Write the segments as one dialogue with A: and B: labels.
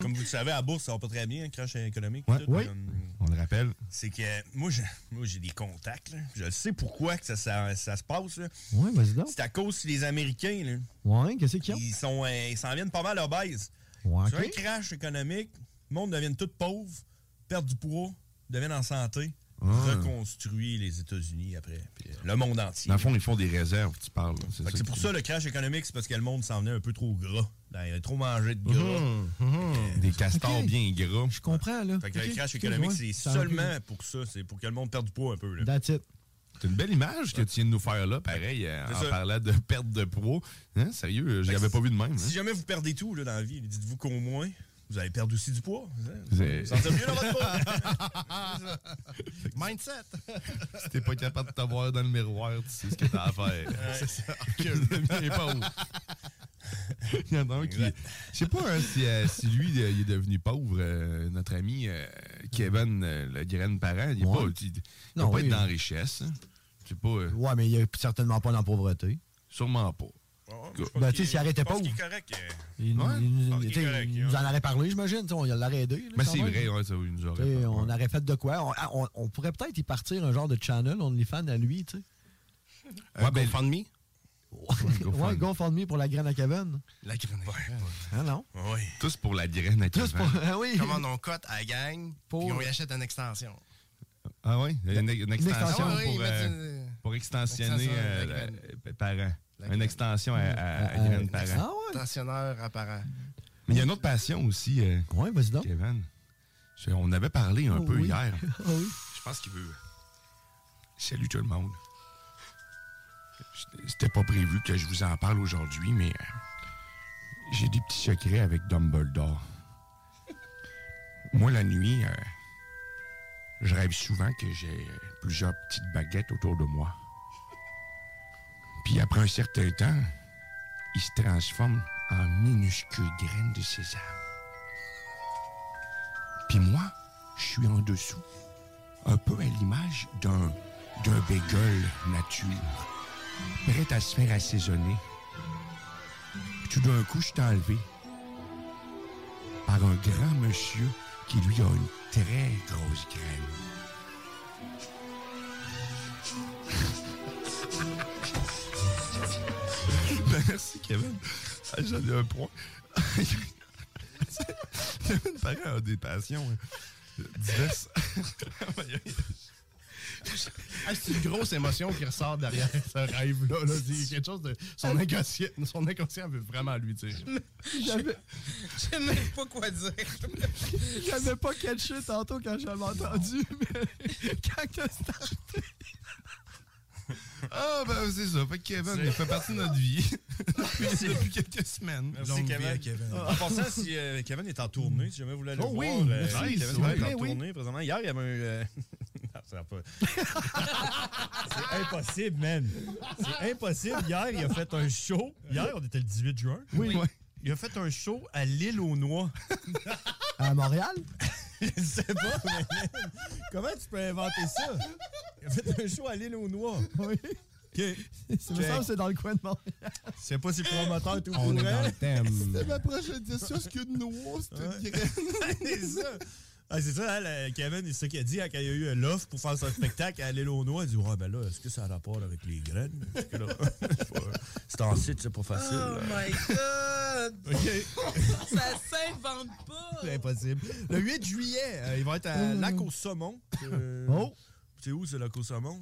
A: Comme vous le savez, à la bourse, ça va pas très bien, le crash économique.
B: Ouais,
A: tout,
B: oui,
A: euh,
B: on le rappelle.
A: c'est que moi, je- moi, j'ai des contacts. là. Je sais pourquoi que ça, ça- ça se passe. là.
B: Ouais, vas-y donc.
A: C'est à cause des Américains. là.
B: Ouais, qu'est-ce qu'ils ont?
A: Ils sont, euh, ils s'en viennent pas mal obèses.
B: Ouais,
A: base. Sur
B: ok.
A: un crash économique, le monde devient tout pauvre, perd du poids, devient en santé,
B: Ah.
A: reconstruit les États-Unis après, puis, euh, le monde entier.
C: Dans le fond, ils font des réserves, tu parles. là.
A: Fait que C'est
C: qui-
A: pour ça le crash économique, c'est parce que le monde s'en venait un peu trop gras. Là, il avait trop mangé
B: Hum,
A: de gras. Euh,
C: Des castors
B: Ok.
C: bien gras.
B: Je comprends, là.
A: Fait que le
B: Ok,
A: crash
B: ok,
A: économique,
B: ouais,
A: c'est
B: ça aurait pu-
A: seulement pour ça. C'est pour que le monde perde du poids un peu. là.
B: That's it.
C: C'est une belle image que tu viens de nous faire là, pareil, euh,
A: C'est
C: en
A: ça.
C: parlant de perte de pro. Hein, sérieux, euh, je
A: Fait que
C: l'avais
A: si-
C: pas vu de même. hein.
A: Si jamais vous perdez tout là, dans la vie, dites-vous qu'au moins, vous allez perdre aussi du poids. Vous allez-
C: C'est-
A: Vous sentez mieux dans votre peau.
C: Mindset! si t'es pas capable de t'avoir dans le miroir, tu sais ce que t'as à faire. C'est ça. le mien est pas haut. Il y en a un qui. Je sais pas hein, si, euh, si lui, euh, il est devenu pauvre. euh, notre ami euh, Kevin, euh, le grand-parent, il est
B: Ouais.
C: pas. Il, il
B: Non,
C: peut pas
B: oui.
C: être dans la richesse. hein. Je sais pas. euh,
B: Ouais, mais il n'y a certainement pas dans la pauvreté.
C: sûrement pas.
A: je pense
B: Ben, tu sais,
A: qu'il-
B: s'il arrêtait
A: je pense
B: pas,
A: qu'il
B: ou-
A: est correct. euh,
B: Il,
C: Ouais.
B: il-
A: Ah, ok,
B: tu sais,
A: correct,
B: il nous en aurait parlé, j'imagine. tu sais, On l'aurait aidé. là,
C: hein. Mais
B: quand
C: c'est
B: même.
C: vrai, ouais, ça il nous
B: Tu
C: aurait
B: sais,
C: pas-
B: On aurait fait de quoi? On, on- on pourrait peut-être y partir un genre de channel OnlyFans à lui, tu sais.
C: Ouais, ben,
B: Ouais, GoFundMe pour la graine à Kevin.
C: La graine.
B: Ah non?
A: Oui.
C: Tous pour la graine à
B: Tous pour...
C: Kevin.
B: Ah oui!
D: commande on cote à la gang,
B: Pour-
D: puis on y achète une extension.
C: Ah ouais, il y a une, une extension
B: extension.
D: Ah ouais,
C: pour,
D: ils
C: euh,
D: mettent une-
C: pour extensionner
D: extension,
C: euh,
D: la graine.
C: la- parent. Une
D: graine.
C: extension à, à, à graine parent.
B: Ah ouais?
D: Extentionneur apparent.
C: Mais il y a une autre passion aussi, euh,
B: Ouais, vas-y donc.
C: Kevin. Je- On avait parlé un
B: Oh
C: peu
B: oui.
C: hier.
B: Ah oui.
C: Je pense qu'il veut. Salut tout le monde. C'était- C'était pas prévu que je vous en parle aujourd'hui, mais euh, j'ai des petits secrets avec Dumbledore. Moi, la nuit, euh, je rêve souvent que j'ai plusieurs petites baguettes autour de moi. Puis après un certain temps, il se transforme en minuscules graines de sésame. Puis moi, je suis en dessous un peu à l'image d'un d'un bagel nature, prêt à se faire assaisonner. Tout d'un coup, je suis enlevé par un grand monsieur qui, lui, a une très grosse graine. Merci, Kevin. Ah, J'en ai un point. Kevin Parent a des passions hein, diverses. Ah,
D: c'est une grosse émotion qui ressort derrière ce rêve-là. C'est quelque chose de. Son inconscient, son inconscient veut vraiment lui dire.
B: J'avais-
D: Je sais même pas quoi dire.
B: J'avais pas catché tantôt quand je l'avais entendu, mais quand t'as starté.
C: Ah, ben c'est ça. Fait que Kevin, il fait partie de notre vie depuis quelques semaines.
A: Merci,
C: Longue vie à
A: Kevin. En passant, si euh, Kevin est en tournée, si jamais vous voulez aller
B: Oh
A: le
B: oui,
A: voir, euh,
B: nice,
A: Kevin
B: s'il
A: est
B: vous
A: en
B: plaît, oui.
A: tournée présentement. Hier, il y avait un. euh, non, ça va pas. C'est impossible, man. C'est impossible. Hier, il a fait un show. Hier, on était le 18 juin.
C: Oui. Ouais.
A: Il a fait un show à l'île aux Noix.
B: À Montréal?
A: Je sais pas, mais comment tu peux inventer ça? Il a fait un show à l'île aux Noix.
B: Oui.
A: OK.
B: Ça me semble que c'est dans le coin de Montréal.
A: Je sais pas si le promoteur est au courant.
C: thème.
B: ma prochaine question, ce que de noir,
A: C'est ça. Ah, c'est ça, hein, le- Kevin, c'est ça qu'il a dit hein, quand il y a eu euh, l'offre pour faire son spectacle à l'île aux Noix. Il dit Ouais, ben là, est-ce que ça a rapport avec les graines Parce que là, c'est pas- C'est en site, c'est pas facile.
D: Oh
A: là.
D: my god!
A: Ok,
D: Ça s'invente pas!
A: c'est impossible. Le 8 juillet, euh, il va être à Lac au Saumon. Euh,
B: Oh!
A: C'est où, ce Lac au Saumon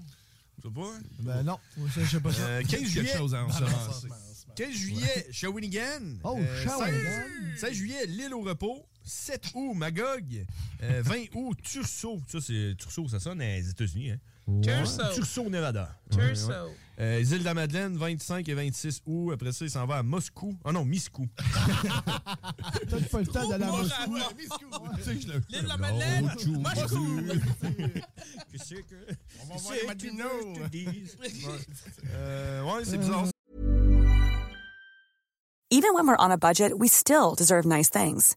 A: Je sais pas. hein?
B: Ben non, ça, je sais pas ça.
A: Euh, 15 juillet,
C: Quelque chose à en
B: Ah,
C: semencer.
A: 15 juillet, Shawinigan.
B: Oh,
A: Euh,
B: Shawinigan.
A: 16, 16 juillet, l'île au repos. 7 août, Magog. Euh, 20 août, Turso. Ça, c'est Turso, ça sonne aux États-Unis. Hein?
C: Oh.
D: Turso!
A: Turso, Nevada.
D: Turso!
A: Euh, les îles de la Madeleine, 25 et 26 août. Après ça, il s'en va à Moscou. Ah non, Miscou.
B: Peut-être pas le temps d'aller à
D: Moi,
B: Moscou.
D: j'avoue,
C: Ah, Tu sais que je le-
D: L'île de la Madeleine! Moi, je trouve!
A: Qu'est-ce que.
C: On va voir les Madinos.
A: Euh, ouais, c'est bizarre.
E: Even when we're on a budget, we still deserve nice things.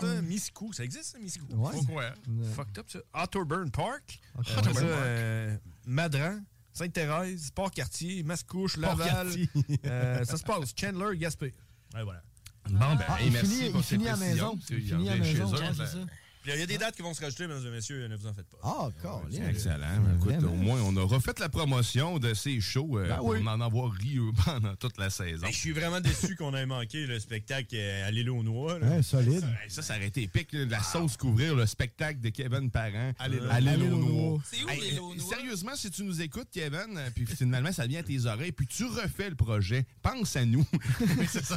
A: Ça, Euh, Miscou, ça existe, ça, Miscou?
B: Ouais.
C: Pourquoi?
A: Fucked up, ça. Otterburn Park.
C: Otterburn
A: Après ça,
C: Park.
A: euh, Madran. Sainte-Thérèse, Port-Cartier, Mascouche, Laval.
C: Port-Cartier.
A: Euh, ça se passe. Chandler, Gaspé. Ouais, voilà.
C: Bon, ben,
B: Ah,
C: hey,
B: il
C: merci
B: finit-
C: pour
B: il
C: cette
B: finit à
C: précision.
B: maison.
C: Tu sais,
B: Il
C: ils
B: finit à
C: reviennent chez eux,
B: maison, ouais,
C: ben,
B: c'est ça.
A: Il y a des dates qui vont se rajouter, mesdames et messieurs, ne vous en faites pas.
B: Ah, câlin.
C: Excellent. Écoute,
B: Vraiment.
C: au moins, on aura fait la promotion de ces shows. euh,
B: Ben oui.
C: On en avoir ri euh, pendant toute la saison.
A: Ben, je suis vraiment déçu qu'on ait manqué le spectacle euh, à l'île aux noix. là.
B: Ouais, solide.
A: ben,
C: Hey, Ça, ça aurait été épique, là, de
A: ah.
C: la sauce couvrir le spectacle de Kevin Parent. Allez,
B: Allez,
C: nos
B: nos
C: noix.
B: noix.
D: C'est où
C: Hey,
D: l'île aux
C: euh,
D: noix?
C: Sérieusement, si tu nous écoutes, Kevin, euh, puis finalement, ça vient à tes oreilles, puis tu refais le projet, pense à nous. C'est ça.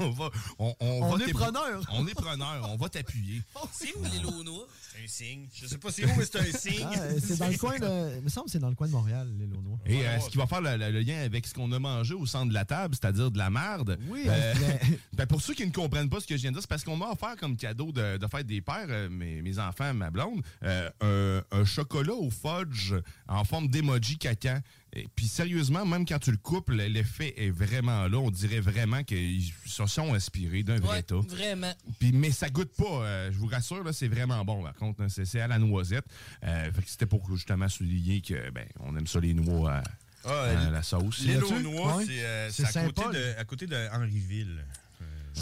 C: on va, on, on
B: On
C: va
B: est
C: t'appu-
B: preneurs.
C: On est preneurs. On va t'appuyer.
D: C'est où l'île aux noix?
A: C'est un signe. Je sais pas c'est où, mais c'est un signe.
B: Ah, euh, c'est dans le coin de. Il me semble que c'est dans le coin de Montréal, les Launois.
C: Et euh, ce qui va faire le, le- le lien avec ce qu'on a mangé au centre de la table, c'est-à-dire de la merde.
B: Oui,
C: Euh,
B: mais-
C: ben, pour ceux qui ne comprennent pas ce que je viens de dire, c'est parce qu'on m'a offert comme cadeau de, de fête des pères, euh, mes, mes enfants, ma blonde, euh, un, un chocolat au fudge en forme d'emoji caca. Et puis sérieusement, même quand tu le coupes, le- l'effet est vraiment là. On dirait vraiment qu'ils se sont inspirés d'un vrai
D: Ouais,
C: tas.
D: vraiment.
C: Puis, mais ça goûte pas, euh, je vous rassure, là, c'est vraiment bon par contre. là. c'est, c'est à la noisette. Euh, fait que c'était pour justement souligner que ben, on aime ça les noix à,
F: Ah,
C: à la sauce.
A: L'île aux
B: Là-dessus?
A: noix,
B: Ouais.
A: c'est euh,
B: C'est
A: c'est à, côté
B: Saint-Paul.
A: de- à côté de Henryville.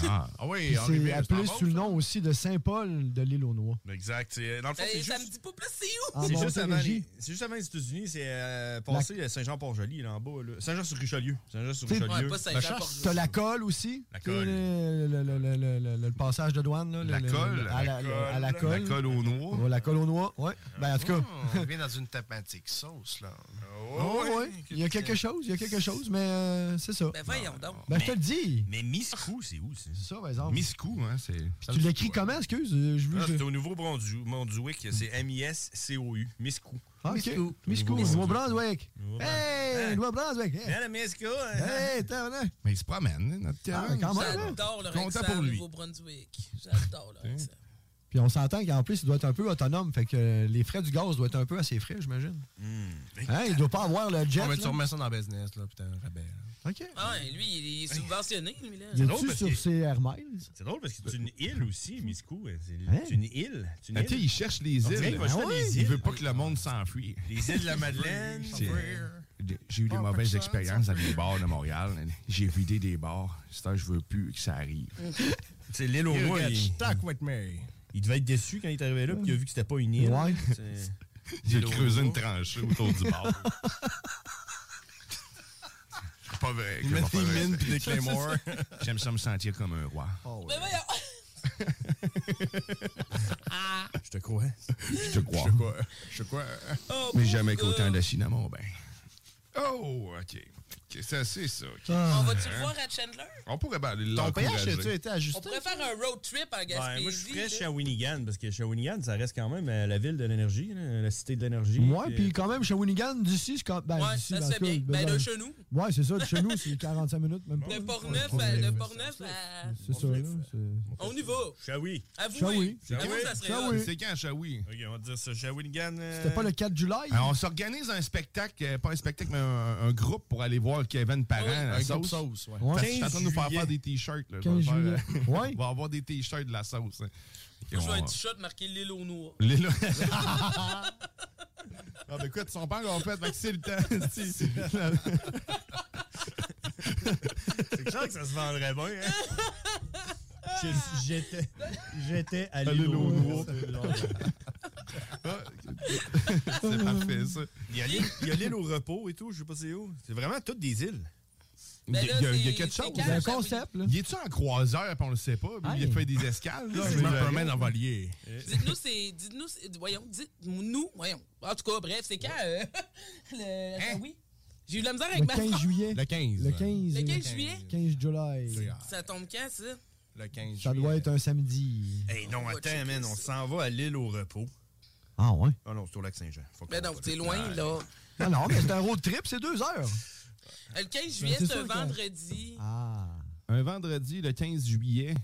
C: Ah, ah oui,
B: Puis
C: en
B: C'est
C: rivière, c'est
B: appelé
C: en
B: sous le
C: bas,
B: nom aussi de Saint-Paul de l'île aux Noix.
A: Ben, Exact. C'est- Dans le fond,
D: Eh,
A: c'est
D: Ça me
A: juste, Ah.
D: dit pas plus c'est où?
B: En
A: c'est juste avant
B: Montérégie.
A: les- c'est juste avant les États-Unis. C'est euh, passé à Saint-Jean-Port-Joli, là en bas. là. Saint-Jean-sur-Richelieu.
D: Ouais,
A: Saint-Jean-sur-Richelieu.
D: pas Saint-Jean-Port-Joli.
B: T'as la colle aussi. euh,
A: La colle.
B: Le, le- le- le- le- le- le passage de douane. Là, le-
C: La
B: le-
C: colle,
B: le- à la, le- à la
C: La
B: colle.
C: colle aux noix.
B: Ouais, la colle aux noix, ouais. Ben, en tout cas,
F: On revient dans une thématique sauce, là.
A: Oh,
B: ouais, Ah, ouais. il y a quelque chose, il y a quelque chose, mais euh, c'est ça.
D: Ben voyons donc.
B: Ben, je te le dis.
A: Mais Miscou, c'est où? c'est?
B: C'est ça, par exemple.
C: Miscou, hein, c'est.
B: Tu l'écris comment, excuse? Euh, Je veux.
A: Ah,
B: je-
A: c'est au Nouveau-Brunswick. C'est M-I-S-C-O-U. Miscou.
B: Ah, ok. Miscou, Nouveau-Brunswick. Hey, Nouveau-Brunswick. Hey,
A: le Hein, Miscou!
B: Hey, t'as un
C: Mais il se promène, hein, notre
B: Ah,
C: Kevin.
B: quand même. hein?
D: J'adore le
C: Content
D: Rexham
C: pour lui.
D: Nouveau-Brunswick. J'adore le Rexham.
B: Puis on s'entend qu'en plus, il doit être un peu autonome. Fait que euh, les frais du gaz doivent être un peu à ses frais, j'imagine.
D: Hmm.
B: Hein, il doit pas avoir le jet.
F: On va
B: là.
F: tu remets ça dans le business, là, putain, rabais.
B: OK.
D: Ah, et lui, il est subventionné, lui, là.
B: Il
A: drôle
B: est-tu
A: parce
B: sur
A: que-
B: ses Air Miles?
A: C'est drôle parce que c'est une île aussi, Miscou. C'est
B: Hein?
A: c'est une île. C'est une
C: Ah, tu sais,
A: île.
C: il cherche les
A: On dirait
C: îles. Ben
A: qu'il va chercher les
C: Il
A: îles.
C: veut pas que le monde s'enfuit.
A: Les îles de la Madeleine.
C: C'est- J'ai eu des mauvaises expériences à des bars de Montréal. J'ai vidé des bars. C'est je veux plus que ça arrive.
A: Mm-hmm. C'est l'île aux noix. Il,
C: Talk with me.
A: il devait être déçu quand il est arrivé là, puis il a vu que c'était pas une île.
B: Ouais.
A: C'est-
C: J'ai creusé une tranchée autour du bar. C'est pas vrai. que je vais faire un-
A: Oh.
C: J'aime ça me sentir comme un roi.
D: Ben voyons.
A: Je te crois.
C: Je te crois. Je te crois. Je te
A: euh,
C: crois.
D: Oh,
C: Mais jamais qu'autant de cinnamon, ben. Oh, OK. OK, ça, c'est ça. OK.
A: Ah.
D: On va-tu le voir à Chandler?
C: On pourrait ben, aller
F: Ton pH,
C: l'encourager.
F: as-tu été
D: On
F: ajusté?
D: pourrait faire un road trip à
A: Ouais,
D: Gaspésie.
A: Ben, moi, je suis
D: là.
A: frais Shawinigan parce que Shawinigan, ça reste quand même euh, la ville de l'énergie, là, la cité de l'énergie. Euh,
B: Ouais, puis quand même, Shawinigan, d'ici, c'est quand ben,
D: Ouais,
B: d'ici,
D: ça
B: dans
D: se fait
B: le
D: bien.
B: cas,
D: Ben,
B: dans-
D: de chez nous.
B: Ouais, c'est ça, de chez nous, c'est 45 minutes, même pas.
D: De
B: là.
D: Portneuf
B: Ouais,
D: à. ben, De
B: c'est-
D: Portneuf à.
B: C'est ça, là. c'est-
D: On y va.
A: Shawi.
D: Avouez.
B: Shawi.
D: Avouez, ça serait
B: Shawi.
D: hot.
C: C'est quand, Shawi?
A: Ok, on va dire ça. Shawinigan. euh,
B: C'était pas le 4 juillet?
D: Ah,
C: Alors, on s'organise un spectacle, euh, pas un spectacle, mais un, un groupe pour aller voir Kevin Parent.
D: Oui,
C: la
F: Un gros
C: sauce.
F: sauce, ouais.
C: Parce que
B: Ouais.
C: je suis en train de nous faire
A: 15
C: faire
A: juillet.
C: des t-shirts. là. Je
B: 15
C: vais faire, euh,
B: juillet. Ouais.
C: On va avoir des t-shirts de la sauce. hein.
D: Je veux
C: On-
D: un t-shirt marqué l'île aux noix.
C: Les là. ah, ben écoute, son père en fait, fait que c'est le temps. si.
A: C'est clair que ça se vendrait bien. Hein? Je- J'étais, j'étais à
C: Allez,
A: l'île aux
C: l'eau.
A: Noix.
C: c'est parfait, ça.
A: Il y a l'île- il y a l'île au repos et tout, je sais pas c'est où. C'est vraiment toutes des îles.
C: Il y a-
D: là,
C: il y a- il y a
D: c'est-
C: quelque
D: c'est
C: chose.
D: quand?
A: hein.
B: C'est un concept, là.
C: Il est-tu en croiseur, puis on le sait pas? puis Il a
B: Aïe.
C: fait des escales. là,
A: Je
C: mais
A: me
C: le-
A: promène en
C: valier.
D: Dites-nous, c'est. Dites-nous, c'est- voyons, dites-nous, voyons. En tout cas, bref, c'est quand euh, le. Ah oui. J'ai eu de la misère
B: Hein? Le
D: avec ma.
B: 15 juillet.
F: Le 15.
B: Le 15.
D: Le 15
B: euh,
D: juillet?
B: 15 juillet.
D: Ça tombe quand, ça?
F: Le 15
B: Ça doit être un samedi.
A: Hey, non,
D: va checker
A: attends, man, on
D: ça.
A: s'en va à l'île au repos.
B: Ah ouais?
A: Ah non, c'est au lac Saint-Jean. Fuck
D: Ben
A: off.
D: non, c'est
A: Ah,
D: loin, là.
B: Non, non, mais c'est un road trip, c'est deux heures.
D: Euh, Le 15 juillet,
B: Ben, c'est
D: c'est un
B: sûr que-
D: vendredi.
B: Ah.
C: Un vendredi, le 15 juillet,